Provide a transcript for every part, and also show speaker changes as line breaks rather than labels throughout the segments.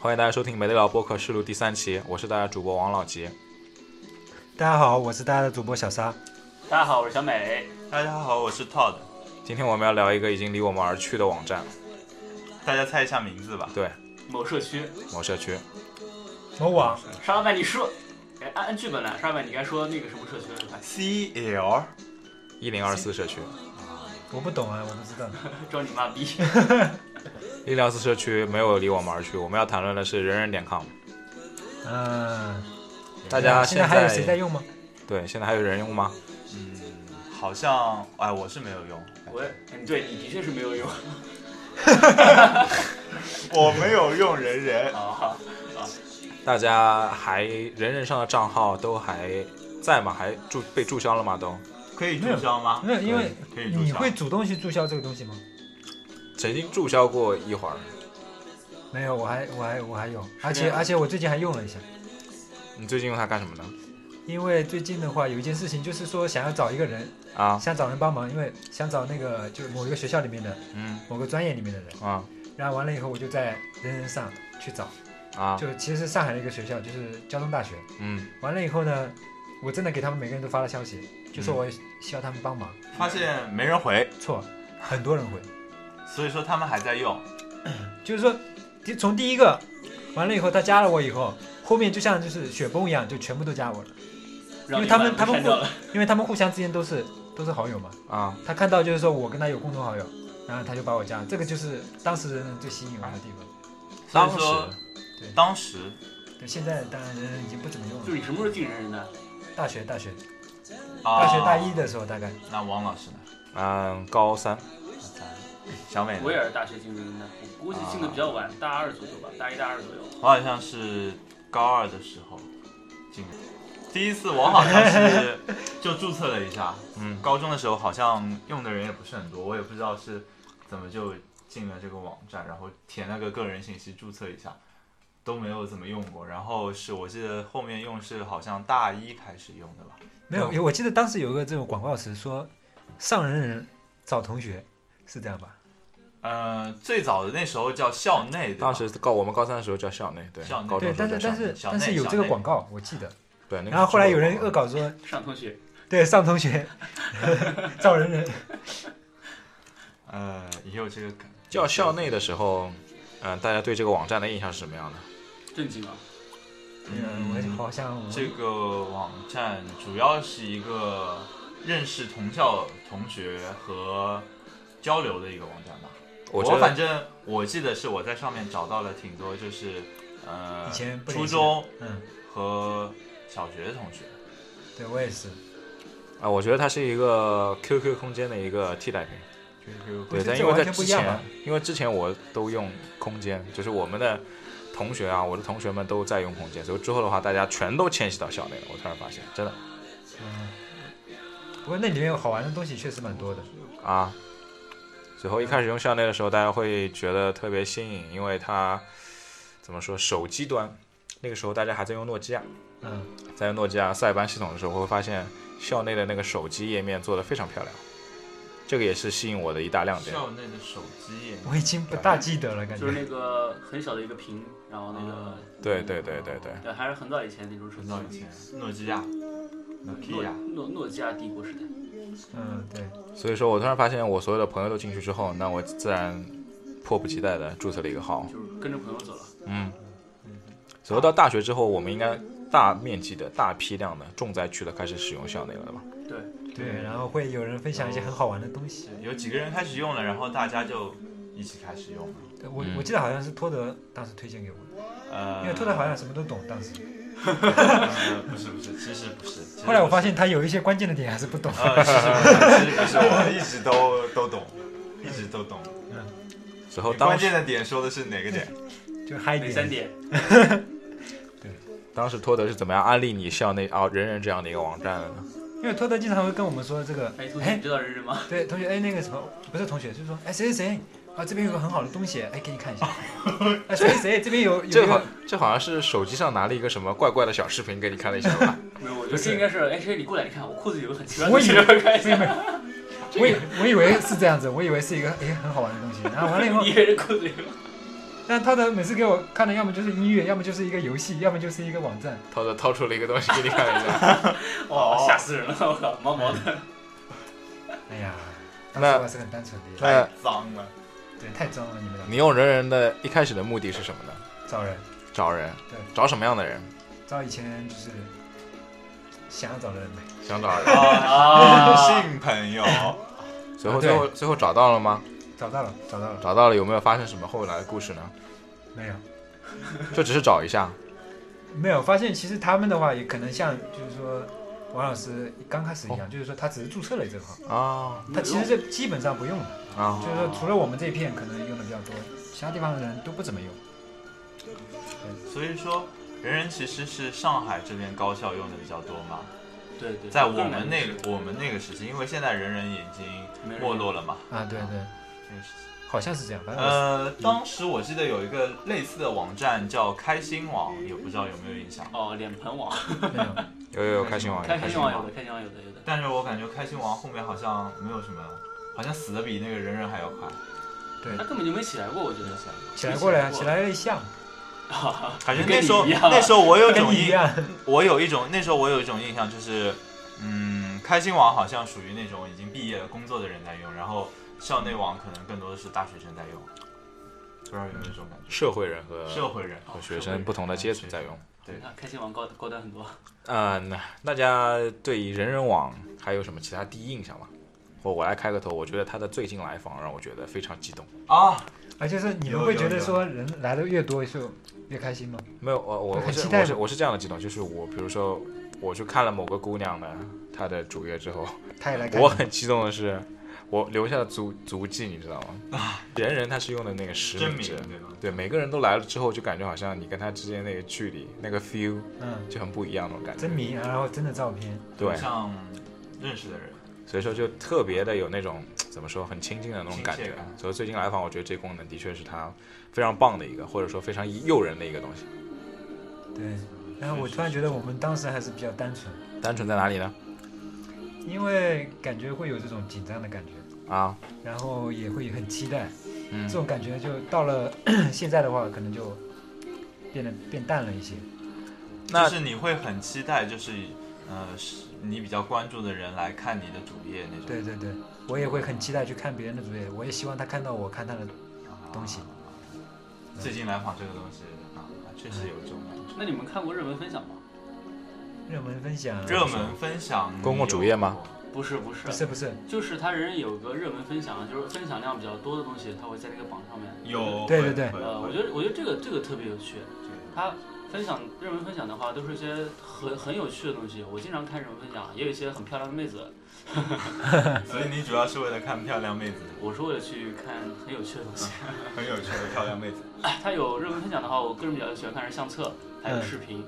欢迎大家收听《美丽岛播客试录》第三期，我是大家主播王老吉。
大家好，我是大家的主播小沙。
大家好，我是小美。
大家好，我是 Todd。
今天我们要聊一个已经离我们而去的网站，
大家猜一下名字吧。
对，
某社区，
某社区。
某网
沙老板，你说，哎，按按剧本来，沙老板，你该说那个什么社区 了是吧？
C L
一零二四社区，
我不懂啊，我不知 道。
招你妈 逼！
一零二四社区没有离我们而去，我们要谈论的是人人点 com。
嗯，
大家
现在还有谁在用吗？
对，现在还有人用吗？
嗯，好像哎，我是没有用，
我，嗯，对你的确是没有用
我没有用人人。
啊。
大家还人人上的账号都还在吗？还注被注销了吗？都
可以注销吗？
没有，因为
可以注销。
你会主动去注销这个东西吗？
曾经注销过一会儿。
没有，我还我还我还有，而
这
且
样
而且我最近还用了一下，
你最近用它干什么呢？
因为最近的话有一件事情，就是说想要找一个人，
啊，
想找人帮忙，因为想找那个就是某一个学校里面的
嗯，
某个专业里面的人，
啊
然后完了以后我就在人人上去找，
啊，
就其实是上海的一个学校，就是交通大学。
嗯，
完了以后呢，我真的给他们每个人都发了消息，就说
嗯
我需要他们帮忙。
发现没人回，
错，很多人回，
所以说他们还在用。
就是说，第从第一个完了以后，他加了我以后，后面就像就是雪崩一样，就全部都加我了，因
让
为
你
他们
把
他们
删掉了，
因为他们互相之间都是都是好友嘛。
啊，
他看到就是说我跟他有共同好友，然后他就把我加了，这个就是当时人最吸引我的地方。
所
当
以
时
说
对
当时
对，现在当然人人已经不怎么用
就
了。
是你什么时候进人人的？
大学大学
啊，
大学大一的时候大概，
那王老师呢？
嗯，高三
小美呢，
我也是大学进人人的，我估计进的比较晚，大二左右吧，大一大二左右。
我好像是高二的时候进的。第一次我好像是就注册了一 下，
嗯
高中的时候好像用的人也不是很多，我也不知道是怎么就进了这个网站，然后填了个个人信息注册一下，都没有怎么用过。然后是我记得后面用是好像大一开始用的吧，
没有，
啊
有我记得当时有一个这种广告词说，上人人找同学，是这样吧？
呃，最早的那时候叫校内，对吧
当时高我们高三的时候叫校内，对，
校内
高中
对，
的时候
但
叫
是
校
但
内
是但是
小内
有这个广告，我记得。
对，那个
然后后来有人
是
恶搞说，
上同学，
对上同学找人人，
呃也有这个梗，
叫校内的时候，嗯、大家对这个网站的印象是什么样的？
正经啊，
嗯，我好像我
这个网站主要是一个认识同校同学和交流的一个网站吧。
我
我
觉得
反正我记得是我在上面找到了挺多，就是呃
以前不联
初
系
中
嗯，
和小学的同学。
对我也是，
啊、我觉得它是一个 QQ 空间的一个替代品。
QQ
对，
觉得
但
这
因为
完
在
全
之
不一样
前
吧，
因为之前我都用空间，就是我们的同学啊，我的同学们都在用空间，所以之后的话，大家全都迁徙到校内了。我突然发现，真的
嗯，不过那里面有好玩的东西确实蛮多的，
啊。最后一开始用校内的时候，大家会觉得特别新颖，因为它怎么说，手机端那个时候大家还在用诺基亚，
嗯，
在用诺基亚塞班系统的时候，我会发现校内的那个手机页面做得非常漂亮，这个也是吸引我的一大亮点。
校内的手机也
我已经不大记得了，感
就是
觉
那个很小的一个屏，然后那个，
对对对对对，
啊对，还是很早以前那种手
很
机。
早以前，诺基亚、
诺
Nokia，
诺诺基亚帝国时代，
嗯，对，
所以说我突然发现我所有的朋友都进去之后，那我自然迫不及待的注册了一个号。
就是跟着朋友走了。
嗯，所以到大学之后，我们应该大面积的、大批量的、重灾区的开始使用校内了吧？
对，
对，然后会有人分享一些很好玩的东西，
有几个人开始用了，然后大家就一起开始用了。
对我我记得好像是托德当时推荐给我的，
呃，
因为托德好像什么都懂，当时，
呃不是不是，其实不是。其实
后来我
不
发
是
现他有一些关键的点还是不 懂，
呃，其实不是，其实不是，我一直都都懂，一直都懂。
随后
你关
当
键
时
的点说的是哪个点？
就嗨
哪三
点，
点？
当时托德是怎么样安利你校内啊人人这样的一个网站的呢？
因为托德经常会跟我们说这个
哎，同，学，
哎
你，知道人人吗？
对，同学，哎，那个什么，不是同学，就是说，哎，谁谁谁，啊，这边有个很好的东西，哎，给 你看一下。哎，谁谁谁，这边有有一
这好
个，
这好像是手机上拿了一个什么怪怪的小视频给你看了一下吧？
没有，我
不
觉得
是
这应该是，哎，谁你过来，你看我裤子有个很奇怪的
我
东
以
西，
为
看一
没有没
下。
有， 我以我以为是这样子，我以为是一个哎很好玩的东西，然后完了以后
你，也是裤子有个，
但他的每次给我看的，要么就是音乐，要么就是一个游戏，要 么就是一个网站。
涛的掏出了一个东西给你看了一下，
哇，吓死人了！我靠，毛毛的，
哎呀，当时
那
我还是很单纯的，
那
太脏了。
对，太装了你们俩，
你用人人的一开始的目的是什么呢？
找人，
找人，
对
找什么样的人？
找以前就是想要找的人呗。
想找人。
啊，性朋友，
随后
对
最后最后找到了吗？
找到了，找到了，
找到了，有没有发生什么后来的故事呢？
没有，
就只是找一下，
没有发现，其实他们的话也可能像，就是说王老师刚开始
哦
一样，就是说他只是注册了这个号，
啊
他其实是基本上不用的，
啊
就，是说除了我们这一片可能用的比较多，其他地方的人都不怎么用。
所以说人人其实是上海这边高校用的比较多嘛，
对对，
在我们那个我们那个时期，因为现在人人已经
没人
没落了嘛，
啊，对对，
这个时期
好像是这样，反正我
呃，当时我记得有一个类似的网站叫开心网，也不知道有没有印象。
哦，脸盆网，
没有。
有有有，开心网友，
开心
心
网有的，开心网有的有的，
但是我感觉开心网后面好像没有什么，好像死的比那个人人还要快。
他根本就没起来过，我觉得。
起来过了呀，
没
起来了一项，
感觉
跟
那
你
时候
一样
那时候我有一
跟
种
你一
印，
样。
我有一种那时候我有一种印象就是，嗯，开心网好像属于那种已经毕业了工作的人在用，然后校内网可能更多的是大学生在用，不知道有没有这种感觉？
社会人和
社会人
和学生不同的阶层在用。
对
那开心网高高端很多。
嗯，那大家对于人人网还有什么其他第一印象吗？我我来开个头，我觉得他的最近来访让我觉得非常激动。
啊，
而且是你们
有
会
有
觉得
有
说人来的越多就越开心吗？
没有，呃我我
很
我是
期待
我是
吗
我是这样的激动，就是我比如说我去看了某个姑娘的她的主页之后，
他也来看
我很激动的是，我留下了足足迹，你知道吗？人人他是用的那个实
真
名
名
制，
对吧？
对，每个人都来了之后，就感觉好像你跟他之间那个距离、那个 feel
嗯，
就很不一样那种感觉。
真名，然后真的照片，
对，
像认识的人，
所以说就特别的有那种怎么说很亲近的那种感
亲
觉
切感。
所以最近来访，我觉得这功能的确是它非常棒的一个，或者说非常诱人的一个东西。
对。然后我突然觉得我们当时还是比较单纯，
单纯在哪里呢？
因为感觉会有这种紧张的感觉，
啊，
然后也会很期待，
嗯
这，种感觉就到了 现在的话，可能就变得变淡了一些。
那
就是你会很期待，就是呃，是你比较关注的人来看你的主页那种。
对对对，我也会很期待去看别人的主页，我也希望他看到我看他的。
啊
东西
最近来访这个东西啊，确实有这种感觉。
那你们看过热门分享吗？
热门分享，啊
热门分享
公共主页吗
不是不是
不，是不是，
就是他人有个热门分享，就是分享量比较多的东西，他会在那个榜上面。
有？有，
对对对
会
呃，我觉得我觉得这个这个特别有趣。他分享热门分享的话，都是一些很很有趣的东西。我经常看热门分享，也有一些很漂亮的妹子，
会所以你主要是为了看漂亮妹 子，
我是为了去看很有趣的东西。
很有趣的漂亮妹子。
他有热门分享的话，我个人比较喜欢看是相册，还有
嗯
视频，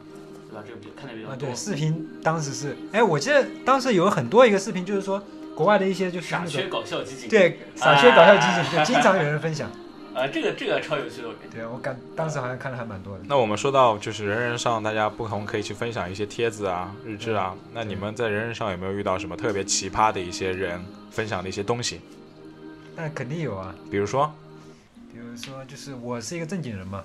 对吧？这个比看的比较
啊，
多
对，。视频当时是，哎，我记得当时有很多一个视频，就是说国外的一些就是
傻
那
缺哎
种
搞笑集锦，
对傻缺搞笑集锦，就经常有人分 享。
呃，这个这个超有趣的，我感觉。
对我感当时好像看了还蛮多的。
那我们说到就是人人上，大家不同可以去分享一些帖子啊、日志啊。那你们在人人上有没有遇到什么特别奇葩的一些人分享的一些东西？
那肯定有啊，
比如 说，
比如说就是我是一个正经人嘛，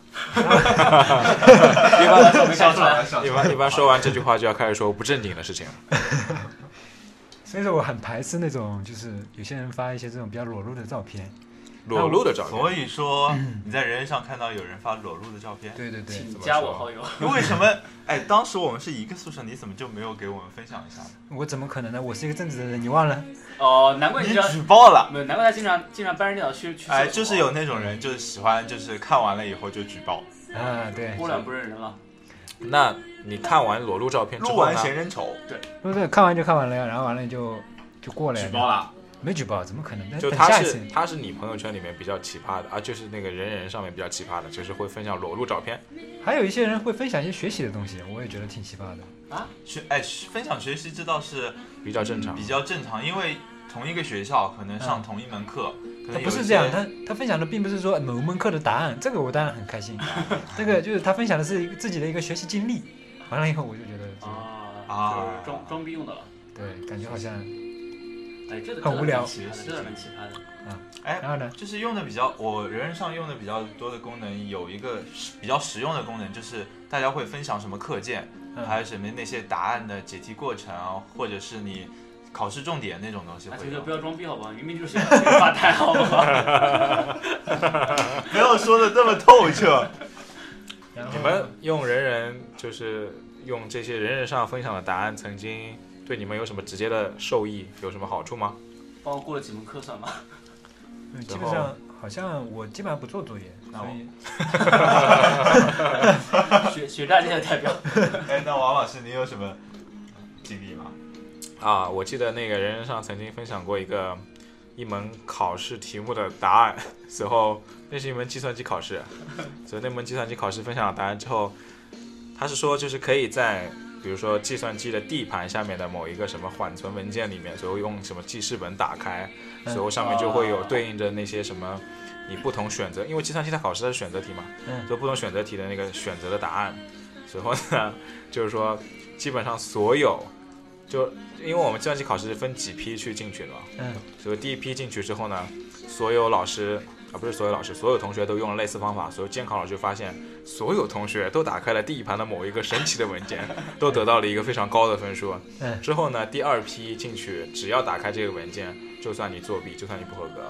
一般
我们 笑出来了，笑
一般一般说完这句话就要开始说不正经的事情了。
所以说我很排斥那种就是有些人发一些这种比较裸露的照片。
裸露的照
所
片，
以说你在人人上看到有人发裸露的照片，
对对对，
请
怎么
加
说
我好友。
你为什么？哎，当时我们是一个宿舍，你怎么就没有给我们分享一下呢？
我怎么可能呢？我是一个正直的人，你忘了？
哦，难怪你
你
经常，
举报了。
没有，难怪他经常经常搬着电脑去去厕所。啊
哎，就是有那种人，就是喜欢，就是看完了以后就举报，
啊，对，
波兰不认人了。
那你看完裸露照片之
录
后
完
呢？
嫌人丑，
不是看完就看完了呀，然后完了就就过了呀，
了。
没举报，怎么可能？等
就
哎等
他
下一次
是，他是你朋友圈里面比较奇葩的啊，就是那个人人上面比较奇葩的，就是会分享裸露照片。
还有一些人会分享一些学习的东西，我也觉得挺奇葩的。
学哎，分享学习这倒是
比较正常，
嗯比较正常，因为同一个学校可能上
嗯
同一门课，
他
可能
不
有
是
一
这样，
些
他他分享的并不是说呃某门课的答案，这个我当然很 开心。这个就是他分享的是一个自己的一个学习经历，完了以后我就觉得这个，
啊，
啊
就是装装逼用的了。
对，感觉好像
哎，这个
很无聊
这个蛮奇葩的，这个蛮奇葩的。
嗯
哎，
然后呢？
就是用的比较，我人人上用的比较多的功能有一个实比较实用的功能，就是大家会分享什么课件，
嗯
还有什么那些答案的解题过程啊，或者是你考试重点那种东西
哎，
会
同学
用
不。要装逼好不好？明明就是想要发呆好不好？
不要说的这么透彻。
然后
你们用人人就是用这些人人上分享的答案，曾经对你们有什么直接的受益，有什么好处吗？
帮我过了几门课 算吗？
嗯基本上好像我基本上不做作业，
那
所
我
以
学学渣界的代表，
哎，那王老师，你有什么经历吗？
啊，我记得那个人人上曾经分享过一个一门考试题目的答案，随后那是一门计算机考试，所以那门计算机考试分享了答案之后，他是说就是可以在比如说计算机的 D 盘下面的某一个什么缓存文件里面，随后用什么记事本打开，
嗯
随后上面就会有对应着那些什么你不同选择，因为计算机它考试它是选择题嘛，
嗯
就不同选择题的那个选择的答案，随后呢就是说基本上所有。就因为我们计算机考试是分几批去进去的嘛，
嗯
所以第一批进去之后呢，所有老师啊不是所有老师，所有同学都用了类似方法，所有监考老师就发现，所有同学都打开了第一盘的某一个神奇的文件，都得到了一个非常高的分数。
嗯，
之后呢，第二批进去，只要打开这个文件，就算你作弊，就算你不合格。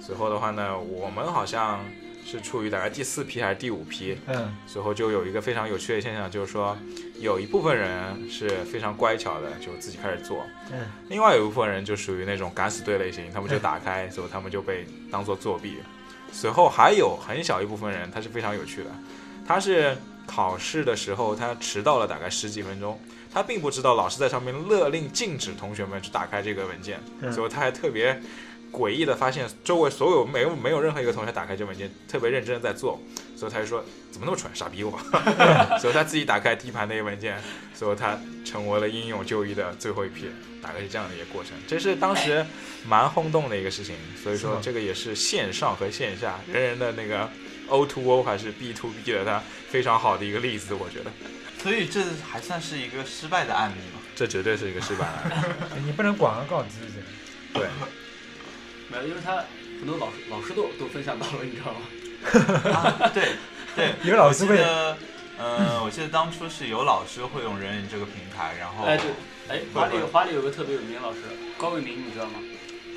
随后的话呢，我们好像是处于大概第四批还是第五批，
嗯
随后就有一个非常有趣的现象，就是说，有一部分人是非常乖巧的，就自己开始做，
嗯，
另外有一部分人就属于那种敢死队类型，他们就打开，所以他们就被当做作弊。随后还有很小一部分人，他是非常有趣的，他是考试的时候他迟到了大概十几分钟，他并不知道老师在上面勒令禁止同学们去打开这个文件，
嗯
所以他还特别诡异的发现周围所有没有没有任何一个同学打开这文件，特别认真的在做，所以他就说怎么那么蠢，傻逼我， 所以他自己打开 D 盘那个文件，所以他成为了英勇就义的最后一批人，大概是这样的一个过程，这是当时蛮轰动的一个事情，所以
是
说
吗
这个也是线上和线下人人的那个 O to O 还是 B to B 的，它非常好的一个例子，我觉得
所以这还算是一个失败的案例嘛？
这绝对是一个失败案例。
哎你不能广而告之，这个
对，
没有，因为他很多老师老师都都分享到了，你知道吗？
啊，对对，
有老师
我
会
记得，呃，我记得当初是有老师会用人人这个平台，然后
哎对，哎，
会
华里
会
华里有个特别有名的老师，高卫民，你知道吗？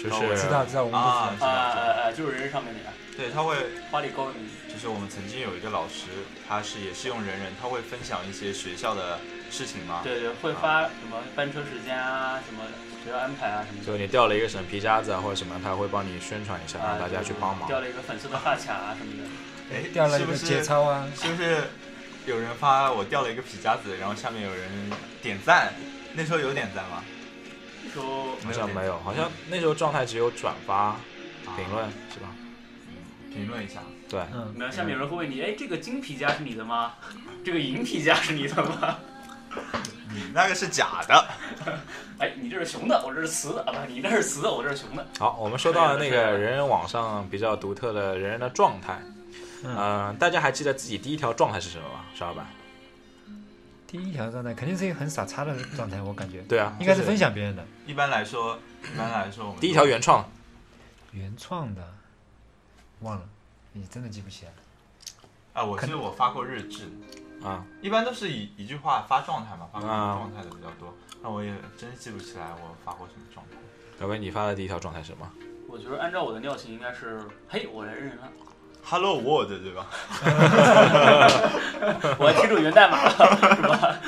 就
哦我
是
知道知道，我们
啊，
不
知
啊
道
啊
知道
啊！就是人人上面那个
对，他会
花里高卫民，
就是我们曾经有一个老师，他是也是用人人，他会分享一些学校的事情嘛。
对对，会发什么班车时间啊，什么学校安排啊什么
就
的。
你掉了一个省皮夹子啊或者什么，他会帮你宣传一下，
啊
让大家去帮忙
掉。了一个粉色的发卡啊什么的。
哎，
掉了一
是不
个
是
节操啊，
是不是有人发我掉了一个皮夹子，然后下面有人点赞？那时候有点赞吗？
说
好像没有，好像那时候状态只有转发、评论是吧？
嗯啊评论一下。
对，
嗯，
没有，下面有人会问你，哎，这个金皮夹是你的吗？ 这个银皮夹是你的吗？
你嗯那个是假的，
哎，你这是雄的，我这是雌的啊，不，你那是雌的，我这是雄的。
好，我们说到了那个人人网上比较独特的人人的状态。
嗯
嗯、大家还记得自己第一条状态是什么吗？沙老板？
第一条状态肯定是一个很傻叉的状态，我感觉
对啊，
应该是分享别人的
一般来说，一般来说我们
第一条原创，
原创的，忘了，你真的记不起来了。
啊，我记得我发过日志，
啊，
一般都是以一句话发状态嘛，发
啊
状态的比较多。那我也真记不起来我发过什么状态。
小薇，你发的第一条状态是什么？
我觉得按照我的尿性应该是，嘿，我来认人了，
Hello World 对吧？
我还贴住源代码了。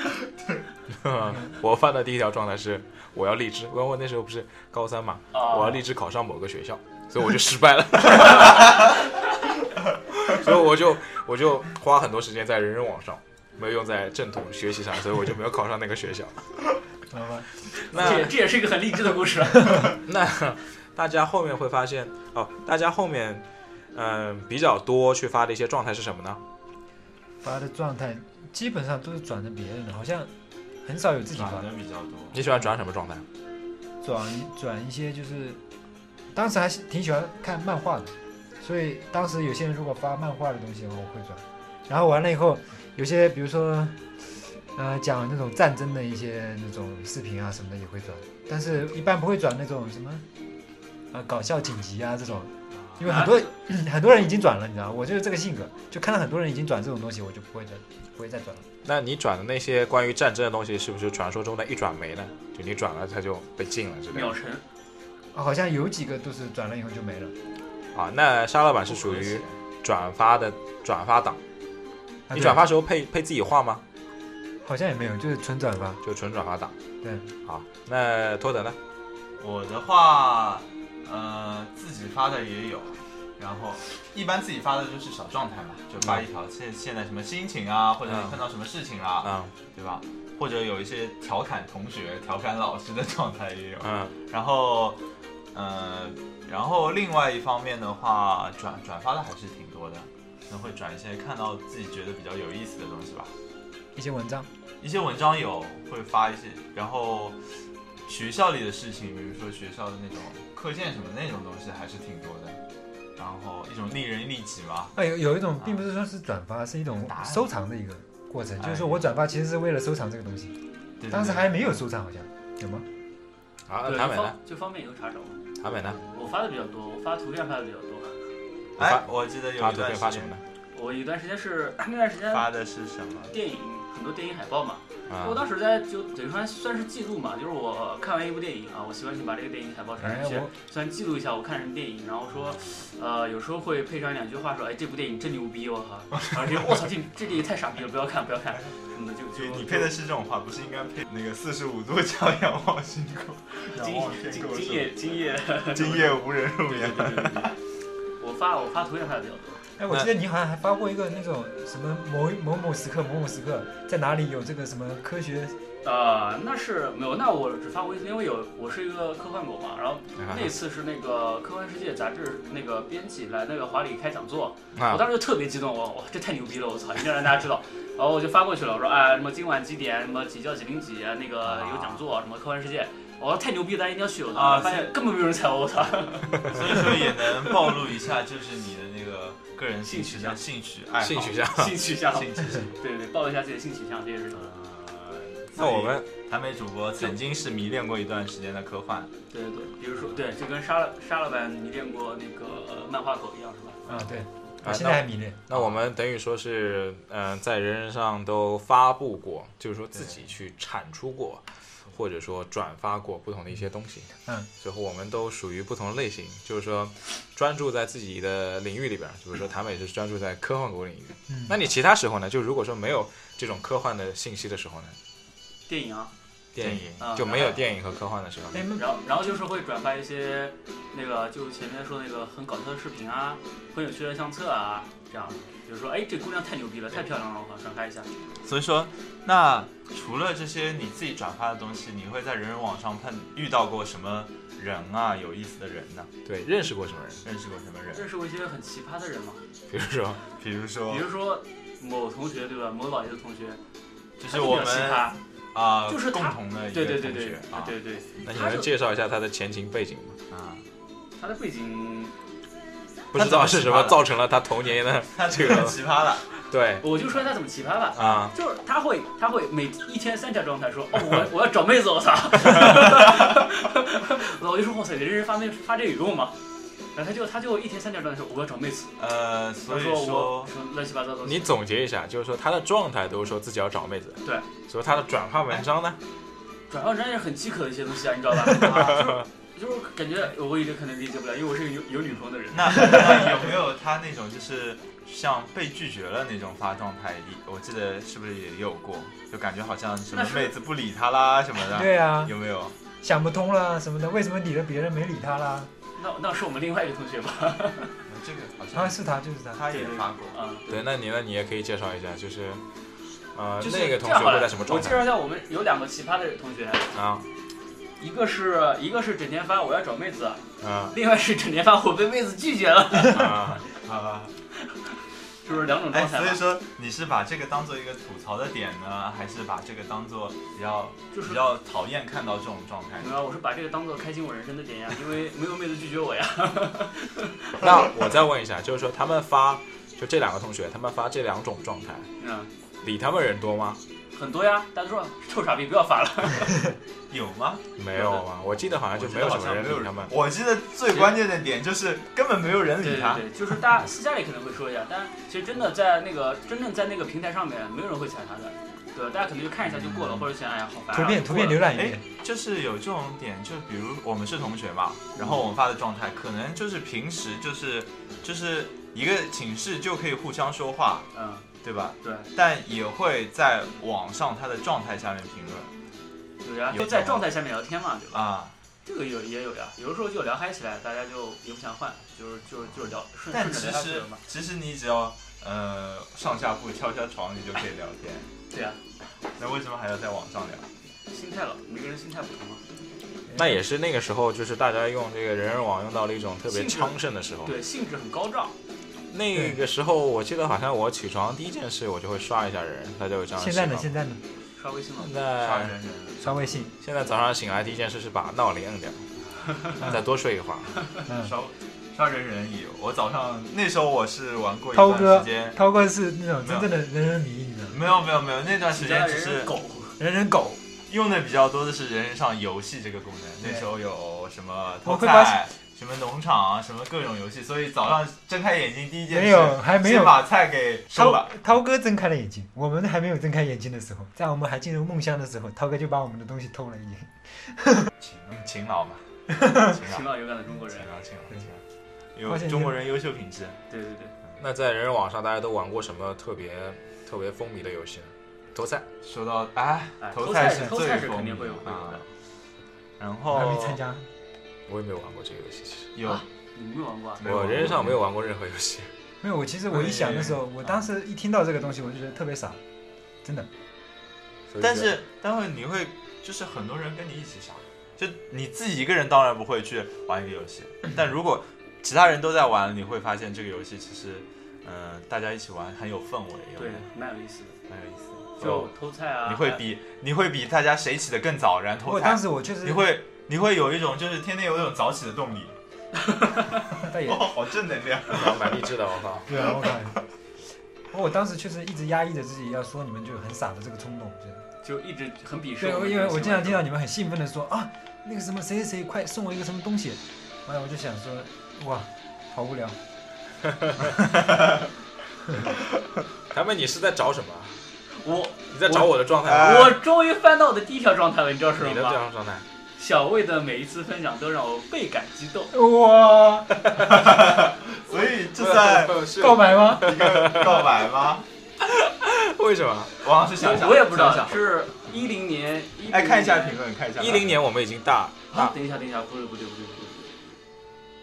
我发的第一条状态是我要励志，因为我那时候不是高三嘛，
啊
我要励志考上某个学校，所以我就失败了， 所以我就我就花很多时间在人人网上，没有用在正统学习上，所以我就没有考上那个学校。
怎么办？
那
这也这也是一个很励志的故事。
那大家后面会发现哦，大家后面嗯、比较多去发的一些状态是什么呢？
发的状态基本上都是转的别人的，好像很少有自己发
转的比较多。
你喜欢转什么状态？啊
转转一些就是，当时还是挺喜欢看漫画的，所以当时有些人如果发漫画的东西的话，我会转。然后完了以后，有些比如说，呃，讲那种战争的一些那种视频啊什么的也会转，但是一般不会转那种什么，呃搞笑紧急啊这种，因为很多、很多人已经转了，你知道吗，我就是这个性格，就看到很多人已经转这种东西，我就不会再不会再转了。
那你转的那些关于战争的东西，是不是传说中的一转没呢？就你转了，它就被禁了之类
秒
的
神
啊好像有几个都是转了以后就没了。
啊？那沙老板是属于转发的转发党，
啊
你
对
转发时候配配自己画吗？
好像也没有，就是纯转发。
就纯转发党。
对，
好，那托德呢？
我的话，呃，自己发的也有，然后一般自己发的就是小状态嘛，就发一条现现在什么心情啊，或者
嗯
你碰到什么事情啊，
嗯
对吧？或者有一些调侃同学、调侃老师的状态也有。
嗯
然后，呃，然后另外一方面的话，转转发的还是挺多的，可能会转一些看到自己觉得比较有意思的东西吧。
一些文章，
一些文章有会发一些，然后学校里的事情，比如说学校的那种课件什么那种东西还是挺多的。然后一种利人利己嘛，
哎，有有一种并不是说是转发，是一种
答案
收藏的一个过程，
哎
就是说我转发其实是为了收藏这个东西，
对对
当时
对
还没有收藏，好像有吗？
好，
对
那谭
就
美呢？
方就方便以后查找嘛。
谭美呢？
我发的比较多，我发图片发的比较多。
哎，我记得有
发
一
图
段
片发
时
什么
间
呢？
我有一段时间是 那段时间
发的是什么？
电影很多电影海报嘛，我
啊
当时在就等于说算是记录嘛，就是我看完一部电影啊，我习惯性把这个电影海报传
哎，
上去，
我
算记录一下我看什么电影，然后说，呃，有时候会配上两句话说，哎，这部电影真牛逼，我靠，然后就我操，这这电影太傻逼了，不要看，不要看，什么的，就
就
就
你配的是这种话，不是应该配那个四十五度 角仰望星 空，仰
今
望天
今
空
今夜今夜，
今夜无人入
对对
眠。
对对对，我发我发图片发的比较多，
哎，我记得你好像还发过一个那种什么某某某时刻某某时刻在哪里有这个什么科学，
呃，那是没有，那我只发过一次，因为有我是一个科幻狗嘛，然后
啊
那次是那个《科幻世界》杂志那个编辑来那个华理开讲座，我
啊！
当时就特别激动，我哇这太牛逼了，我操，一定要让大家知道。然后我就发过去了，我说哎，什么今晚几点，什么几教几零几，啊那个有讲座，什么科幻世界，我说太牛逼，大家一定要去。我操
啊
发现根本没有人踩我，我操。
所以说也能暴露一下，就是你的那个个人兴趣向、兴趣爱好、
性取向。
性取向，
兴趣向。
对对，暴露一下自己的性取向这些事情。
那 我们
韩美主播曾经是迷恋过一段时间的科幻，
对对对，比如说对，就跟沙老沙老板迷恋过那个呃漫画狗一样，是吧？
啊，对，
啊
我现在还迷恋。
那我们等于说是，嗯，在人人上都发布过，就是说自己去产出过，或者说转发过不同的一些东西。
嗯，
最后我们都属于不同类型，就是说专注在自己的领域里边儿，比如说谭美是专注在科幻狗领域。
嗯
那你其他时候呢？就如果说没有这种科幻的信息的时候呢？
电影啊，
电影
影
啊
就没有电影和科幻的时候呢。
哎，那
然后然后就是会转发一些那个就前面说那个很搞笑的视频啊，很有趣的相册啊，这样。比如说，哎，这姑娘太牛逼了，太漂亮了，我靠，转发一下。
所以说，那除了这些你自己转发的东西，你会在人人网上碰遇到过什么人啊？有意思的人呢、
对，认识过什么人？
认识过什么人？
认识过一些很奇葩的人嘛，
比如说，
比如说
比，如说某同学对吧？某老爷的同学，
就
他
是
比
我
较奇
们
葩，
啊，
就是
共
他
同的一
对
个
对
同
对对
学啊
对对，
那你
他
能
就
介绍一下他的前情背景吗？
啊，
他的背景，
不知道是什么
他怎么奇葩的
造成了他童年的
他
这
这
个
个奇葩了，
对
我就说他怎么奇葩吧。
啊，
就是他会，他会每一天三条状态说，哦，我 我要找妹子，我操！ 我就说，哇塞，人人发妹发这有用吗？然后他就他就一天三条状态说，我要找妹子，
呃，所
他
以
说
说
我。什么乱七八糟的东西。
你总结一下，就是说他的状态都是说自己要找妹子，
对，
所以他的转发文章呢，
转发文章也是很饥渴的一些东西啊，你知道吧？ 啊就是就是感觉我一直可能理解不了，因为我是一个有有女朋友 的人。
那那有没有他那种就是像被拒绝了那种发状态？我记得是不是也有过？就感觉好像什么
那是
妹子不理他啦什么的，
对啊，
有没有？
想不通啦什么的，为什么理了别人没理他啦？
那那是我们另外一个同学吧？
这个好
好像啊
啊
是他，就是他。
他也发过。
啊，
对，那你呢，你也可以介绍一下，就是呃
就是
那个
这
同
样
学
好了
会在什么状
我介
态
绍一下，我们有两个奇葩的同学，
啊？
一个是一个是整天发我要找妹子，
啊
另外是整天发我被妹子拒 绝了，
啊，
啊，
是不是两种
哎，
状态
所以
吧？
说你是把这个当做一个吐槽的点呢，还是把这个当做比较
就是
比。较讨厌看到这种状态呢？
没有，我是把这个当做开心我人生 的点呀，因为没有妹子拒绝我呀。
那我再问一下，就是说他们发就这两个同学，他们发这两种状态，
嗯，
理他们人多吗？
很多呀，大家都说臭傻逼不要 发了，
有吗？
没有啊，我记得好像就没有什么人理他们。
我记得最关键的点就是根本没有人
对
理
对
他。
对，就是大家私下里可能会说一下，但其实真的在那个真正在那个平台上面，没有人会踩他的，对，大家可能就看一下就过
嗯
了，或者想哎呀好烦啊，
图片
就
图
过了
片浏览一
哎
遍，
就是有这种点，就比如我们是同学嘛，然后我们发的状态，可能就是平时就是就是一个寝室就可以互相说话，
嗯
对吧？
对。
但也会在网上他的状态下面评论
有呀，
有
就在
吗
状态下面聊天嘛，对吧？
啊。
这个有也有呀，有的时候就聊嗨起来，大家就也不想换，就是就是就是聊顺顺
但其
着聊下去
实
了嘛。
其实你只要呃上下铺敲敲床，你就可以聊天。
对呀，
那为什么还要在网上聊？
心态了，每个人心态不同嘛。
那也是那个时候，就是大家用这个人人网用到了一种特别
性质
昌盛的时候。
对，兴致很高涨，
那个时候我记得好像我起床第一件事我就会刷一下人，大家有这样的
现
习
在
惯
呢
吗。
现在呢，
刷微信了
现。
呃
刷
在
人人。
刷微信，
现在早上醒来第一件事是把闹铃摁掉，再多睡一会儿。
嗯，
刷刷人人也有。我早上那时候我是玩过一
涛
段
哥
时间，
涛哥是那种真正的人人迷，你知道吗？
没有没有没有，那段时
你家
间
的
只
人
是
是狗，
人人狗，
用的比较多的是人人上游戏这个功能。
对
那时候有什么
我
偷
会发现
菜。什么农场啊，什么各种游戏，所以早上睁开眼睛第一件事，
没有还没有
先把菜给收
涛
了。
涛哥睁开了眼睛，我们还没有睁开眼睛的时候，在我们还进入梦乡的时候，涛哥就把我们的东西偷了已经。
勤嗯勤劳 嘛，勤劳
勤，劳勇敢的中国人
勤。劳，勤劳，勤
发
劳，
现
有中国人优秀品质。
对对对，
那在人人网上大家都玩过什么特别特别风靡的游戏呢？投赛，
说到哎
哎，
投
偷
菜
菜
是
是偷
最
菜是
风
肯定
靡
会有会有
啊
的。
然
我还
后
没参加，
我也没有玩过这个游戏，其实
有
啊你们没有玩过啊？
没有
我
玩过
人人上没有玩过任何游戏。
没有。我其实我一想的时候，我当时一听到这个东西，我就觉得特别傻，真的。
所以
但
就是
但会你会就是很多人跟你一起想，就你自己一个人当然不会去玩一个游戏，但如果其他人都在玩，你会发现这个游戏其实，嗯，大家一起玩很有氛围，有
对
没有，
蛮有意思的，
蛮有意思的。
就偷菜啊。
你会
哎
比你会比大家谁起得更早，然后
不
偷
过
菜
当时我确实
你会你会有一种就是天天有一种早起的动力，
但也
哇，好正能量。
蛮励志的，我靠！
对啊，我感觉，我当时确实一直压抑着自己要说你们就很傻的这个冲动，真的。
就一直很鄙视
对，
我
我
们
因
这
为
个行为。
我经常听到你们很兴奋的说啊，那个什么谁谁谁快送我一个什么东西，完了我就想说，哇，好无 聊。
他们你是在找什么？
我
你在找我的啊状态吗？
哎
我终于翻到我的第一条状态了，你知道是
你
什
的
么
这
吗？
样状态，
小魏的每一次分享都让我倍感激动。
哇，
所以这算
是
告白吗？
一个告白吗？
为什么？
王老师想想，
我也不知
想
道，
想。
是一零年。10
哎，看一下
年
评论，看一下
一零年我们已经大
啊
大，，
等一下，等一下，不对，不对，不对，不对不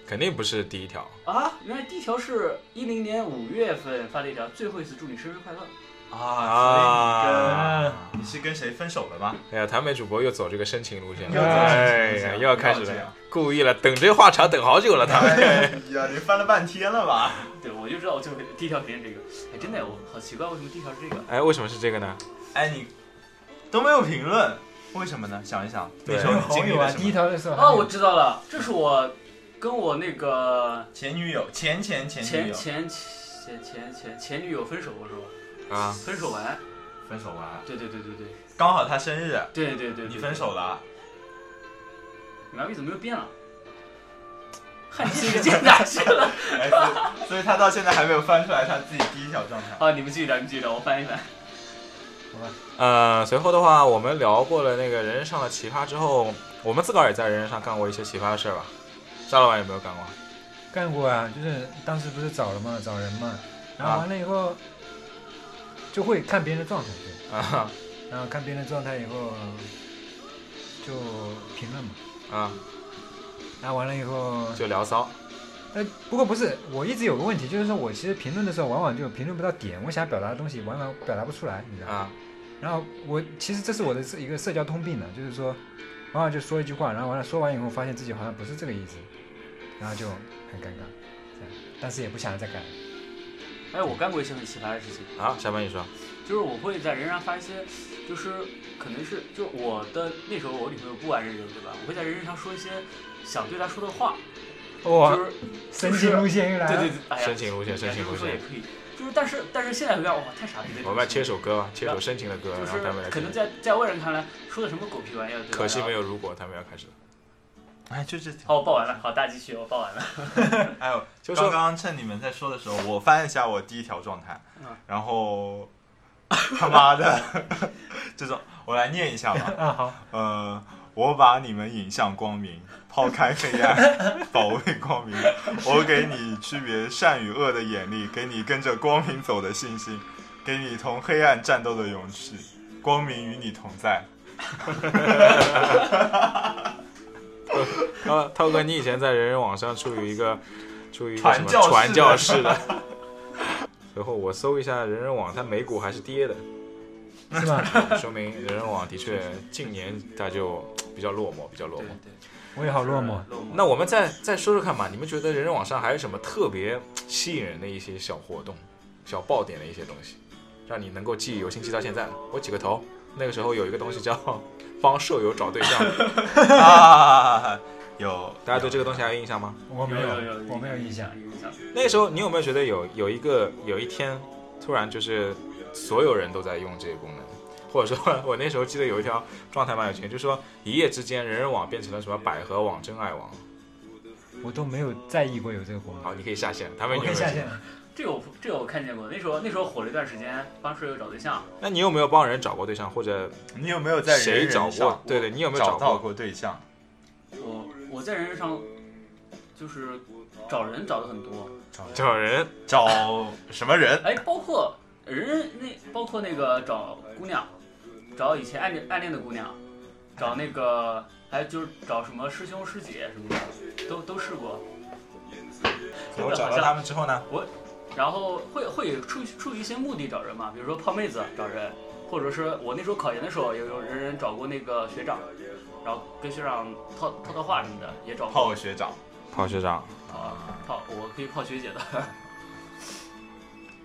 肯定不是第一条。
对啊！原来第一条是一零年五月份发的一条，最后一次祝你生日快乐。
啊！所以
啊
啊，
你跟你是跟谁分手了吗？
哎呀，台美主播又走这个深情路线
又
了，
走深情路
哎
线
呀，
了
又要开始
不要这
了
样，
故意了，等这话茬等好久了，他 们。
哎呀，你翻了半天了吧？
对，我就知道我最后第一条肯定是这个。哎，真的，我好奇怪，为什么第一条是这个？
哎，为什么是这个呢？
哎，你都没有评论，为什么呢？想一想，
对
那时候你
好
经历
友啊，
了什
第一
么？
条的时候还
哦，
没有
我知道了，这是我跟我那个
前女友，前前前女
前
友
前前前前前女友分手，我说
啊，
分手完，
分手完，
对对对对对
刚好她生日，
对对对对，
你分手了，
对，蓝 V 怎么又变了？汉奸时间哪去了？
哎，所以所以她到现在还没有翻出来她自己第一条状态。
好，啊你们继续聊，你们继续聊，我翻一翻。
呃，随后的话，我们聊过了那个人人上的奇葩之后，我们自个儿也在人人上干过一些奇葩的事儿吧？沙老板有没有干过？
干过啊，就是当时不是找了嘛，找人嘛，然
啊
后完了以后、就会看别人的状态，对，
啊
然后看别人的状态以后就评论嘛，
啊，
然后完了以后
嗯
就聊骚。
但不过不是，我一直有个问题，就是说我其实评论的时候，往往就评论不到点，我想表达的东西往往表达不出来，
嗯
你知道吗？
啊
然后我其实这是我的是一个社交通病呢，就是说，往往就说一句话，然后完了说完以后，发现自己好像不是这个意思，然后就很尴尬，这样，但是也不想再改。
哎，我干过一些很奇葩的事情。
啊，小白你说，
就是我会在人人上发一些，就是可能是就是我的那时候我女朋友不玩人人对吧？我会在人人上说一些想对她说的话，
哇、
就是
神奇路线又来
对
了，
对对，哎呀，
深情路线，
哎
深
呀
情
这
路
么说也
线。
可以，就是但是但是现在回看，哇，太傻逼了。
我们来切首歌吧，切首深情的歌，
就
然后他们
是
来
可
听
能。在在外人看来说的什么狗屁玩意儿，对吧？
可惜没有
有。
如果，他们要开始了。
哎，就这条。
好，我报完了，好大继续，我报完了。
还有，
就
刚
说
刚趁你们在说的时候，我翻了一下我第一条状态
嗯，
然后他妈的，这种我来念一下吧。
啊好，
呃，我把你们引向光明，抛开黑暗，保卫光明。我给你区别善与恶的眼力，给你跟着光明走的信心，给你同黑暗战斗的勇气。光明与你同在。
涛涛哥，你以前在人人网上处于一个处于一个什么
传教士
传教士的。 随后我搜一下人人网，它美股还是跌的，
是 吗？
说明人人网的确近年它就比较落寞，比较落寞。
我也好落寞。
落寞。
那我们再再说说看吧，你们觉得人人网上还有什么特别吸引人的一些小活动、小爆点的一些东西，让你能够记忆犹新，记到现在？我起个头，那个时候有一个东西叫 帮舍友找对象，
啊，有
大家对这个东西还有印象吗？
我没
有有
我没有印象。，
有印象。
那个时候你有没有觉得有有一个有一天突然就是所有人都在用这个功能？或者说， 我那时候记得有一条状态蛮有趣，就是说一夜之间，人人网变成了什么百合网、真爱网，
我都没有在意过有这个功能。
好，你可以下线。他们
我
有没
可以
有
下
记得
线了。
这个我这个我看见过，那时候那时候火了一段时间，帮舍友找对象，
那你有没有帮人找过对象，或者
你有没有在人
谁
人
找
上
过？对对，你有没有
找到
过？
过对象？
我呃我在人人上就是找人找的很多，
找人
找什么人？
哎，包括人人那包括那个找姑娘，找以前暗恋暗恋的姑娘，找那个还有就是找什么师兄师姐什么的，都都试过。真的好像
们之后呢？
然后会会出于出于一些目的找人嘛，比如说泡妹子找人，或者是我那时候考研的时候，有有人人找过那个学长，然后跟学长套套套话什么的，也找过
泡学长。
跑学长，
啊泡，我可以泡学姐的。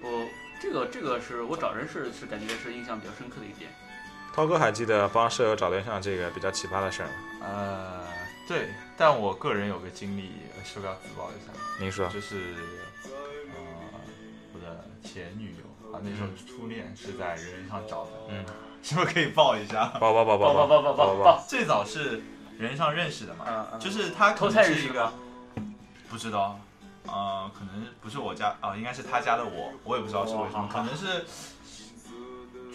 我这个这个是我找人是是感觉是印象比较深刻的一点。
涛哥还记得帮舍友找对象这个比较奇葩的事儿吗？
呃，对，但我个人有个经历，呃是不是要自曝一下？
您说，
就是呃，我的前女友啊，那时候
嗯
初恋是在人人上找的，
嗯，
是不是可以报一下？
抱抱抱抱
报报报报
抱
报！报，
最早是人人上认识的嘛，
嗯嗯，
就是他可
偷
能
菜认
是
识
一个不知道，呃，可能不是我家啊、应该是他家的我，我也不知道是为什么，
哦好
可能是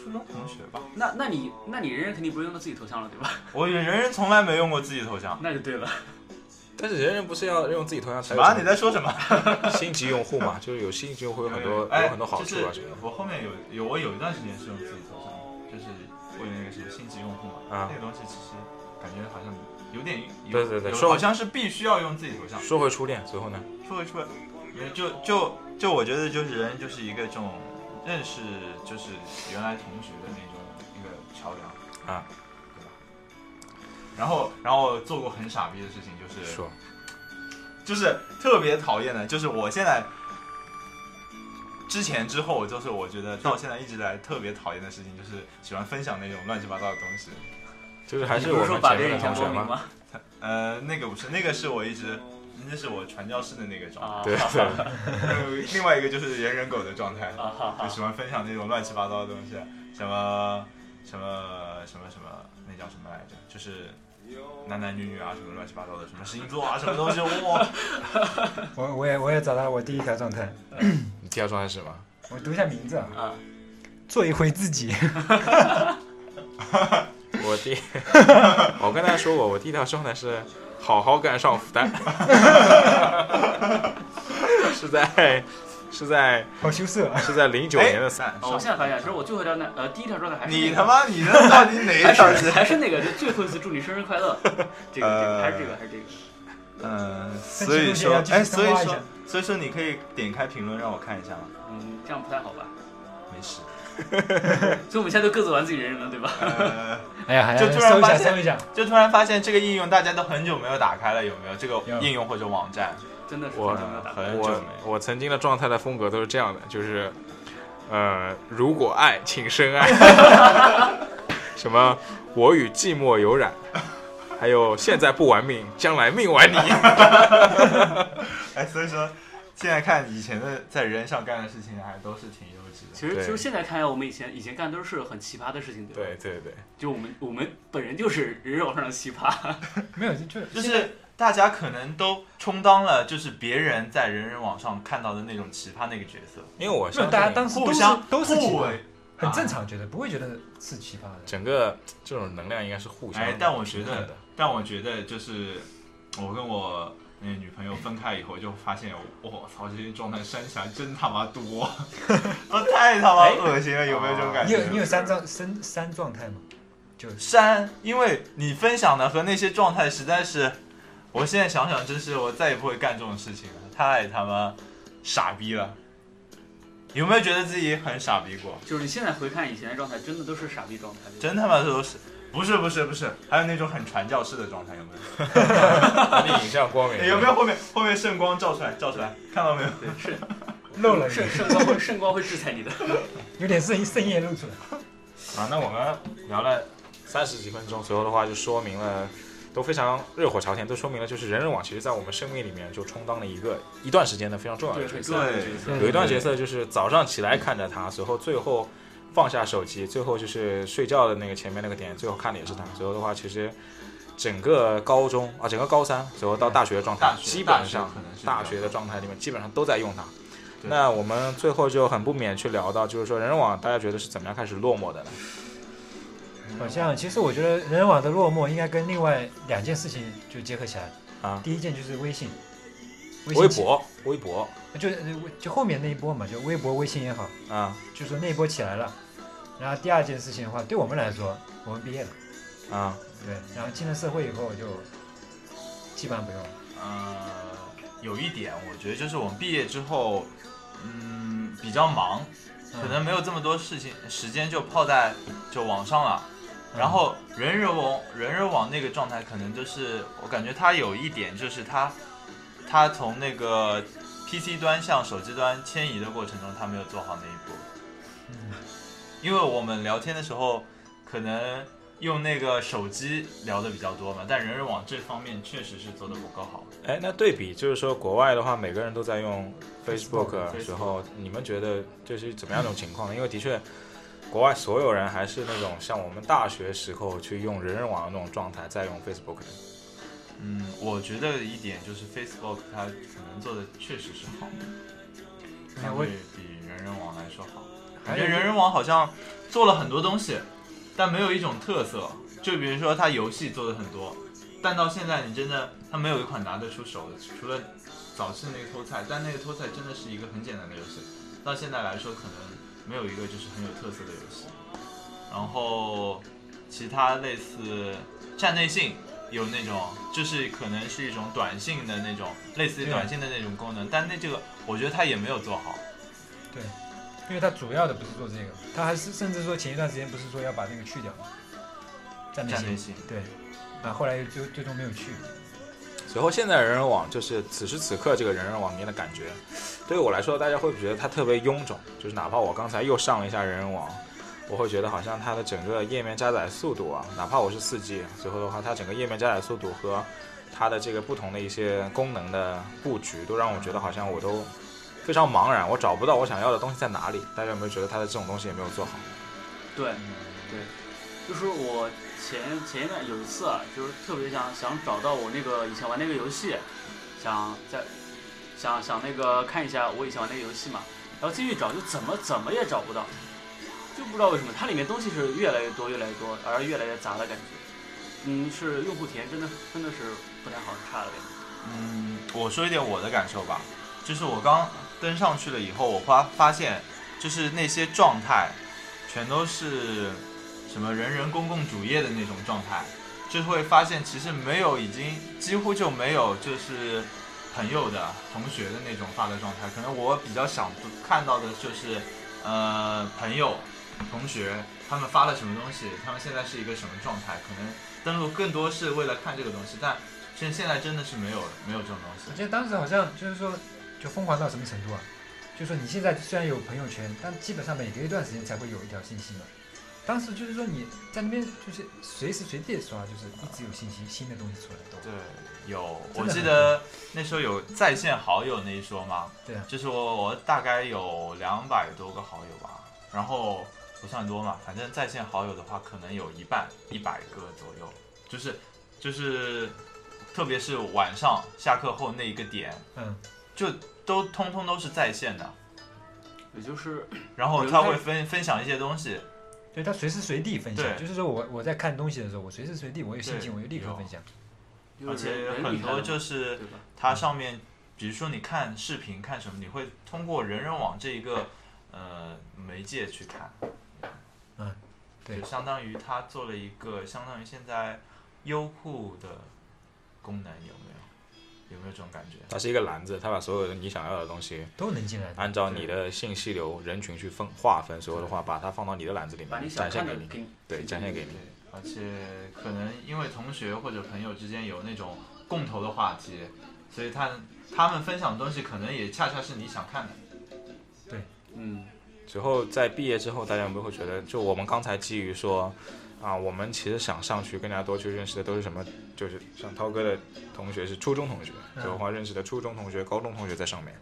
初中同学吧。
那那你那你人人肯定不用他自己头像了对吧？
我人人从来没用过自己头像。
那就对了。
但是人人不是要用自己头像才
什
有
么？你在说什么？
星级用户嘛，就是有星级用户有很多
哎
有很多好处啊
就
什
是
么的。
我后面有有我有一段时间是用自己头像，就是为那个什么信息用户嘛，
啊
那个东西其实感觉好像有点有
对对对
有
说
好像是必须要用自己头像，
说回初恋，随后呢？
说回出来，没有就就就我觉得就是人就是一个这种认识就是原来同学的那种一个桥梁
啊，
对吧？然后然后做过很傻逼的事情就是
说，
就是特别讨厌的，就是我现在之前之后，就是我觉得到现在一直来特别讨厌的事情，就是喜欢分享那种乱七八糟的东西。
就是还
你
是
不
我
是说
们
把
前
别
面的
人以前
同学
光明
吗？
吗？
呃，那个不是，那个是我一直，那是我传教士的那个状态。
啊，
对
好
对，
呃另外一个就是人人狗的状态，
啊好
就
好，
喜欢分享那种乱七八糟的东西，什么什么什么什么，那叫什么来着？就是男男女女啊，什么乱七八糟的，什么星座啊，什么东西，哇！
我我也我也找到我第一条状态，
你第二状态是什么？
我读一下名字啊，
啊，
做一回自己。
我第， 我跟大家说过，我第一条状态是好好干上复旦，是在是在
好羞涩啊！
是在零九年的三，
散
哦我现在发现，其实我最后一条那呃第一条状态还是那个
哎你他妈，你这到底哪
还
一条
是
是？
还是那个，就最后一次祝你生日快 乐，这个这个还是
呃
这个还是这个，
嗯，所以说，哎，所以说，所以说，你可以点开评论让我看一下吗？
嗯，这样不太好吧？
没 事。
所以我们现在都各自玩自己人人了，对吧？
呃，
哎呀，还
就
要
突然
搜一
发
下，
现
搜一下。
就突然发现这个应用大家都很久没有打开了，有没有？这个
有
应用或者网站，
真的是
我
很久没有打牌了。
很
我
久没有。
我曾经的状态的风格都是这样的，就是呃，如果爱，请深 爱，什么我与寂寞有染，还有现在不玩命，将来命玩你。
哎，所以说，现在看以前的在人上干的事情，还都是挺幼稚的。
其实
对
其实现在看来，我们以前以前干都是很奇葩的事情，对吧？
对对对，
就我们我们本人就是人肉上的奇葩，
没有，就
就是大家可能都充当了，就是别人在人人网上看到的那种奇葩那个角色，
因为我
没有
相
大家
信
当时
互
都是
相
都是奇
互
葩
为。
很正常，觉得不会觉得是奇葩的。
整个这种能量应该是互相
哎，但我觉
平衡
得
的，
但我觉得就是我跟我那个女朋友分开以后，就发现我操，这些撞南山侠真他妈多， 我太他妈恶心了，有没有这种感
你
觉？
有你有三状三三状态吗？
删，因为你分享的和那些状态实在是，我现在想想，真是我再也不会干这种事情了，太他妈傻逼了。有没有觉得自己很傻逼过？
就是你现在回看以前的状态，真的都是傻逼状态。对吧
真他妈都是，不是不是不是，还有那种很传教士的状态，有没有？
把你引向光明
哎。 有没有后面后面圣光照出来，照出来，看到没有？
对，是
漏了一
圣
点，
圣光会圣光会制裁你的。
有点圣圣夜露出来。
啊，那我们聊了三十几分钟左右的话，就说明了。都非常热火朝天，都说明了就是人人网其实在我们生命里面就充当了一个一段时间的非常重要的
对，
角
很
色。
重要的角色。
有一段角色就是早上起来看着他，随后最后放下手机，最后就是睡觉的那个前面那个点，最后看的也是他。随后的话，其实整个高中啊，整个高三，随后到大学的状态
大，学
基本上
大学可能是这样
大学的状态里面基本上都在用它。
对
那我们最后就很不免去聊到，就是说人人网大家觉得是怎么样开始落寞的呢？
好像其实我觉得人人网的落寞应该跟另外两件事情就结合起来。
啊
第一件就是微信，微信
微
起
博，微博
就是呃微就后面那一波嘛，就微博、微信也好，
啊
就说那一波起来了。然后第二件事情的话，对我们来说，我们毕业了，
啊，
对，然后进了社会以后就基本上不用了。
呃，有一点，我觉得就是我们毕业之后，嗯，比较忙，可
啊
能没有这么多事情时间就泡在就网上了。
嗯
然后人人网人人网那个状态，可能就是我感觉它有一点就是它，它从那个 PC 端向手机端迁移的过程中，它没有做好那一步。
嗯
因为我们聊天的时候，可能用那个手机聊的比较多嘛，但人人网这方面确实是做的不够好。
哎，那对比就是说国外的话，每个人都在用 Facebook 的
Facebook
时候，你们觉得这是怎么样一种情况呢？因为的确，国外所有人还是那种像我们大学时候去用人人网的那种状态，在用 Facebook 的。
嗯，我觉得一点就是 Facebook 它可能做的确实是好，它
哎
会
我
比人人网来说好。感
还
觉
有
人人网好像做了很多东西，但没有一种特色。就比如说它游戏做的很多，但到现在你真的它没有一款拿得出手的，除了早期那个偷菜，但那个偷菜真的是一个很简单的游戏，到现在来说可能没有一个就是很有特色的游戏。然后其他类似站内信有那种，就是可能是一种短信的那种，类似于
对
短信的那种功能，但那这个我觉得它也没有做好。
对，因为它主要的不是做这个，它还是甚至说前一段时间不是说要把那个去掉吗？站内
站内
信
信，
对，啊，后来又最最终没有去。
随后现在人人网就是此时此刻这个人人网里面的感觉，对于我来说，大家会觉得它特别臃肿，就是哪怕我刚才又上了一下人人网，我会觉得好像它的整个页面加载速度啊，哪怕我是四 G，最后的话，它整个页面加载速度和它的这个不同的一些功能的布局，都让我觉得好像我都非常茫然，我找不到我想要的东西在哪里。大家有没有觉得它的这种东西也没有做好？
对对，就是我前前一段有一次啊，就是特别想想找到我那个以前玩那个游戏，想在想想那个看一下我以前玩那个游戏嘛，然后继续找，就怎么怎么也找不到，就不知道为什么它里面东西是越来越多越来越多，而越来越杂的感觉。嗯，是用户体验真的真的是不太好，差的感觉。
嗯，我说一点我的感受吧，就是我刚登上去了以后，我发发现，就是那些状态，全都是什么人人公共主页的那种状态，就会发现其实没有，已经几乎就没有，就是朋友的、同学的那种发的状态。可能我比较想看到的就是，呃，朋友、同学他们发了什么东西，他们现在是一个什么状态，可能登录更多是为了看这个东西，但。现现在真的是没有没有这种
我
东西。
记得当时好像就是说，就疯狂到什么程度啊？就说你现在虽然有朋友圈，但基本上每隔一段时间才会有一条信息嘛。当时就是说你在那边就是随时随地刷，就是一直有信息新的东西出来都。
对，有，
真
我
的
记
很
得那时候有在线好友那一说嘛，
对啊
就是我我大概有两百多个好友吧，然后不算多嘛，反正在线好友的话，可能有一半一百个左右，就是就是，特别是晚上下课后那一个点，
嗯，
就都通通都是在线的，
也就是
然后
有
他
开
会分分享一些东西，
对他随时随地分享，
对
就是说我我在看东西的时候，我随时随地我有心情，
对
我就立刻
有
分享。
而
就是
且
人人
很
厉害
多
了嘛
就是
对吧？
它上面，比如说你看视频看什么，你会通过人人网这一个呃媒介去看。
嗯，对
就相当于它做了一个相当于现在优酷的功能，有没有？有没有这种感觉？
它是一个篮子，它把所有的你想要的东西，
都能进来的。
按照你的信息流、人群去分划分，所有的话把它放到你的篮子里
把你
面，
想
展现
看
给
的
你，
给你，
对，展现给你。
而且可能因为同学或者朋友之间有那种共同的话题，所以他他们分享的东西可能也恰恰是你想看的。
嗯，
之后在毕业之后，大家有没有会觉得，就我们刚才基于说，啊，我们其实想上去跟大家多去认识的都是什么？就是像涛哥的同学是初中同学，
嗯
就我话认识的初中同学、高中同学在上面。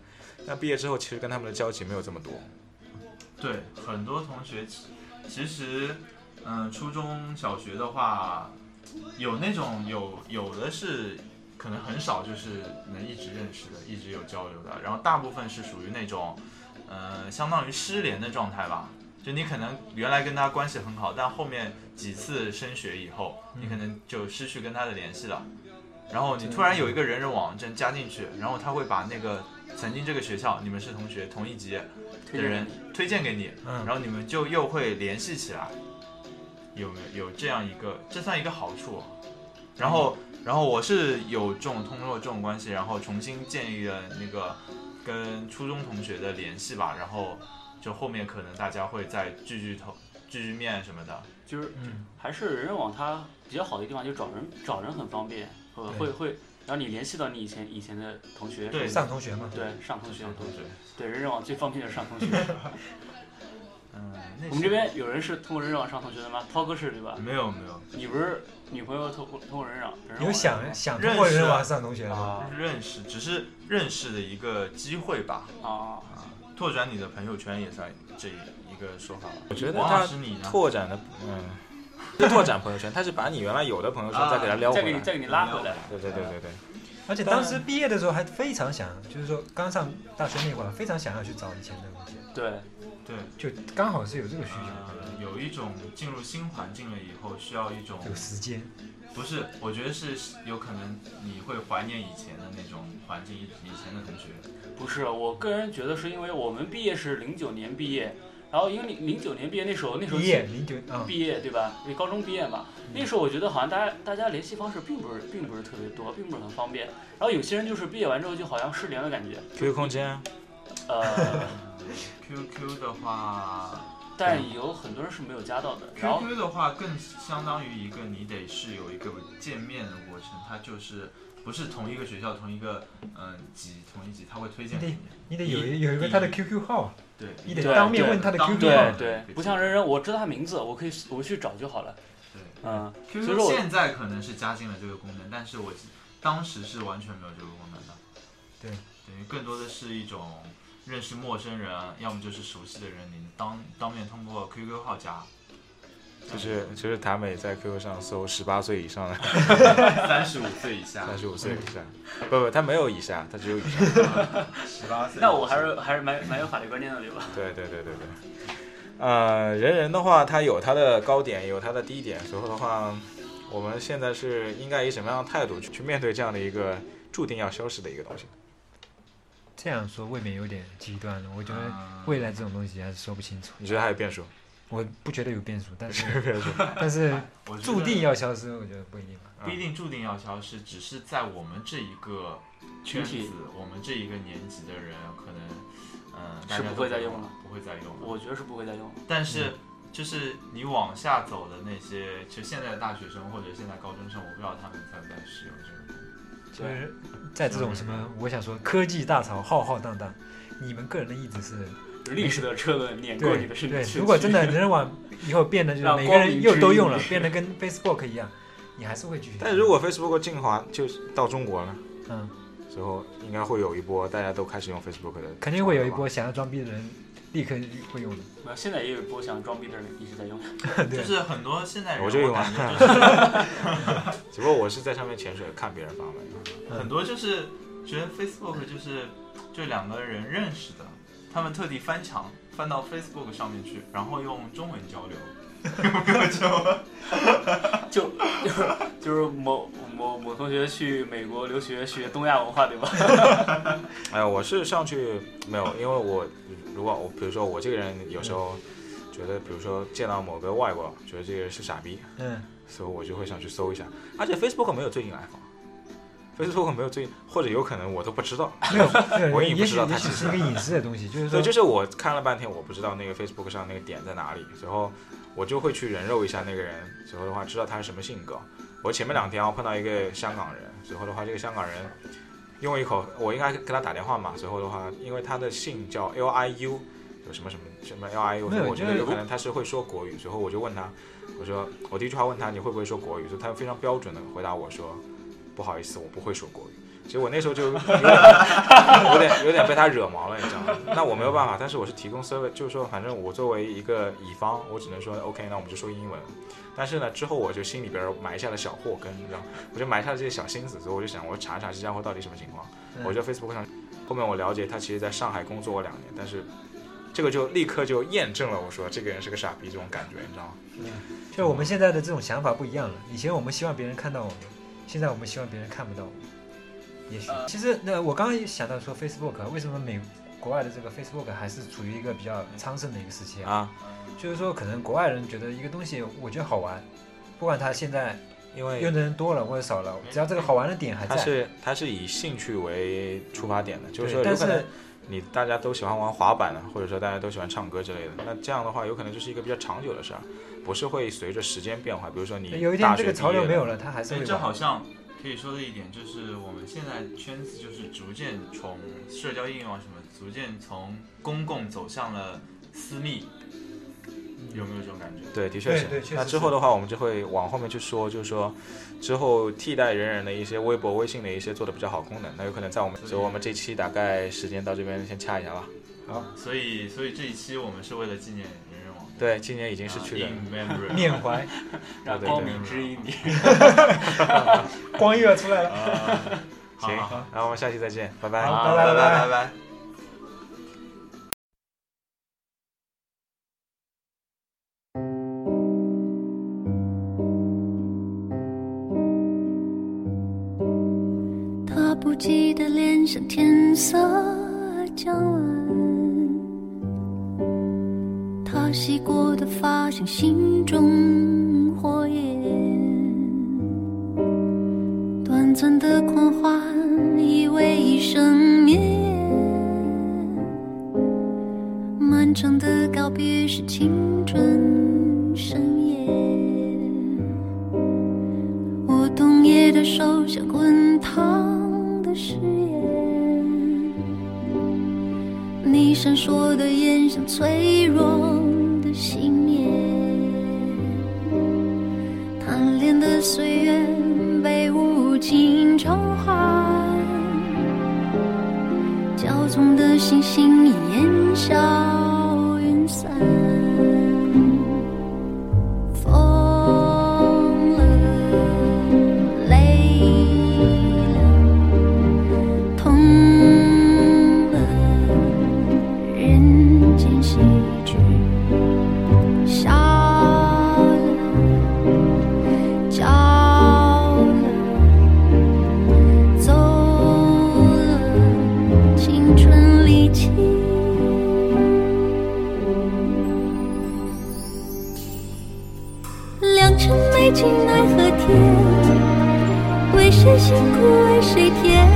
那毕业之后，其实跟他们的交集没有这么多。
对，很多同学其其实，嗯、初中小学的话，有那种有有的是可能很少，就是能一直认识的，一直有交流的。然后大部分是属于那种，呃，相当于失联的状态吧。就你可能原来跟他关系很好，但后面几次升学以后，你可能就失去跟他的联系了。然后你突然有一个人人网站加进去，然后他会把那个曾经这个学校你们是同学同一级的人推荐给你，
嗯
然后你们就又会联系起来，有没有有这样一个，这算一个好处。哦然后，然后我是有这种通过这种关系，然后重新建立了那个跟初中同学的联系吧，然后就后面可能大家会再聚聚头、聚聚面什么的。
就是
嗯，
还是人人网它比较好的地方，就是找人找人很方便，呃，
对
会会让你联系到你以前以前的同学，
对
嗯上同学嘛，
对上同学，
同学，
对人人网最方便就是上同学。
嗯，那
我们这边有人是通过人人网上同学的吗？涛哥是对吧？
没有没有
你不是女朋友通过通过人人网？人人网
有想想通过人网上同学了吗？
啊
认识，只是认识的一个机会吧，
啊，
啊，拓展你的朋友圈也算这一个说法吧。
我觉得
王
他
老师你呢？
拓展的，嗯， 不是拓展朋友圈，他是把你原来有的朋友圈再给他撩
啊再
回
给
来
你。再给你拉回来。
对对对对对，
而且当时毕业的时候还非常想，就是说刚上大学那会儿非常想要去找以前的同学，
对，
对，
就刚好是有这个需
啊
求，
呃，有一种进入新环境了以后，需要一种
有时间。
不是，我觉得是有可能你会怀念以前的那种环境，以以前的同学。
不是，我个人觉得是因为我们毕业是零九年毕业，然后因为零零九年毕业那时候那时候
毕业零九啊，
毕业对吧？你高中毕业嘛，
嗯
那时候我觉得好像大家大家联系方式并不是并不是特别多，并不是很方便。然后有些人就是毕业完之后就好像失联的感觉，
，QQ 空间啊，
呃，
QQ 的话
但有很多人是没有加到的。然后
，QQ 的话更相当于一个你得是有一个见面的过程，它就是不是同一个学校、同一个嗯、呃级、同一级，他会推荐给你。
你得有一有一个他的 QQ 号，
对，
你得
对
当面问他的
对
QQ
对
号。
对，不像人人，我知道他名字，我可以我去找就好了。
对。
嗯，所以
QQ
说我
现在可能是加进了这个功能，但是我当时是完全没有这个功能的。
对，
等于更多的是一种认识陌生人，要么就是熟悉的人，你当当面通过 QQ 号加。
就是就是塔美在 QQ 上搜十八岁以上的，
三十五岁以下
三十五岁以下，不不，他没有以下，他只有以上。
十八岁
那我还是还是蛮蛮有法律观念的，对吧？
对对对对对，呃，人人的话，它有它的高点，也有它的低点。随后的话，我们现在是应该以什么样的态度去去面对这样的一个注定要消失的一个东西？
这样说未免有点极端了，我觉
啊
得
嗯
未来这种东西还是说不清楚。
你觉得还有变数？
我不觉得 有变数，但 是
啊
但是
我觉得
注定要消失，我觉得不一定吧。
嗯
不一定注定要消失，只是在我们这一个
群
圈
体
子，我们这一个年级的人，可能嗯、大
是
家
不
都
会再用了，
不会再用了。
我觉得是不会再用了。
但是就是你往下走的那些，就现在的大学生或者现在高中生，我不知道他们在不在使用这个。
就是在这种什么，我想说科技大潮浩浩荡荡，你们个人的意志是
历史的车轮碾过
对
你的身
对
身躯。
如果真的人人网以后变得就是
让
每个
光明
人又
之
都
翼
用了，变得跟 Facebook 一样，你还是会继续。
但如果 Facebook 进华就到中国了
嗯，
之后，应该会有一波大家都开始用 Facebook 的，
肯定会有一波。想要装逼的人立刻会用的，
那现在也有一波想装逼的人一直在用，
就
对，
是很多现代人，
我就用啊
感觉就是
只不过我是在上面潜水看别人发的，
很多就是觉得 Facebook 就是就两个人认识的，他们特地翻墙翻到 Facebook 上面去，然后用中文交流，有没有就
就 就是就是某某某同学去美国留学学东亚文化，对吧？
哎，我是上去没有，因为我如果我比如说我这个人有时候觉得，比如说见到某个外国，觉得这个人是傻逼，
嗯，
所以我就会想去搜一下。而且 Facebook 没有最近的 iPhone，Facebook 没有最近，或者有可能我都不知道。
没有，没有
我也
也
不
许
知道
也
他
许
其实
是一个隐私的东西，就是
所
说
以就是我看了半天，我不知道那个 Facebook 上那个点在哪里，然后我就会去人肉一下那个人，之后的话知道他是什么性格。我前面两天我啊碰到一个香港人，之后的话这个香港人用一口，我应该跟他打电话嘛，之后的话因为他的姓叫 L I U，有什么什么什么 L I U，
没有
我觉
就
得
是
有可能他是会说国语，之后我就问他，我说我第一句话问他你会不会说国语，就他非常标准的回答我说不好意思，我不会说国语。其实我那时候就有点有点有点被他惹毛了，你知道吗？那我没有办法，但是我是提供 service，就是说，反正我作为一个乙方，我只能说 OK，那我们就说英文。但是呢，之后我就心里边埋下了小祸根，你知道吗，我就埋下了这些小心思，所以我就想，我查查新加坡到底什么情况。
嗯
我在 Facebook 上，后面我了解他其实在上海工作过两年，但是这个就立刻就验证了我说这个人是个傻逼这种感觉，你知道吗？
就是我们现在的这种想法不一样了。以前我们希望别人看到我们，现在我们希望别人看不到我们。也许，
呃
其实那我刚刚也想到说，Facebook 为什么美国外的这个 Facebook 还是处于一个比较昌盛的一个时期啊？
啊，
就是说，可能国外人觉得一个东西，我觉得好玩，不管它现在
因为
用的人多了或者少了，只要这个好玩的点还
它
在，
是它是以兴趣为出发点的，就是
对
说有
但
可能
是
你大家都喜欢玩滑板啊，或者说大家都喜欢唱歌之类的，那这样的话有可能就是一个比较长久的事儿，不是会随着时间变化。比如说你
有一天
大
这
学
个潮流
毕业
没有
了，
了，它还是
所以
会
这好
玩。
像可以说的一点就是，我们现在圈子就是逐渐从社交应用啊什么，逐渐从公共走向了私密，有没有这种感觉？
对，的确是。
对对确实
那之后的话，我们就会往后面去说，就是说之后替代人人的一些微博、微信的一些做的比较好功能，那有可能在我们， 所以我们这期大概时间到这边先掐一下吧。
所以，所以这一期我们是为了纪念人人网站，
对，今年已经失去了。
In memory
缅 怀，
让
对对
光
对
明之翼你。
光又要出来了。
啊好
行
好好，
那我们下期再见，拜拜。
好
好
拜拜
拜
拜拜
拜拜。
他不羁的脸上天色将晚，他洗过的发像心中火焰，短暂的狂欢以为一生眠，漫长的告别是青春盛宴。我冬夜的手像滚烫的誓言，你闪烁的眼像脆弱的信念，贪恋的岁月被无情召唤，骄纵的星星已烟消云散。疯了，累了，痛了，人间喜剧；笑了，骄了，走了，青春离奇。良辰美景奈何天，为谁辛苦为谁甜？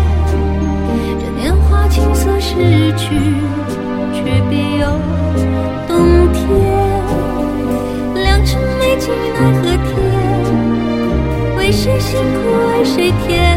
这年华青涩逝去，却别有洞天。良辰美景奈何天，为谁辛苦为谁甜？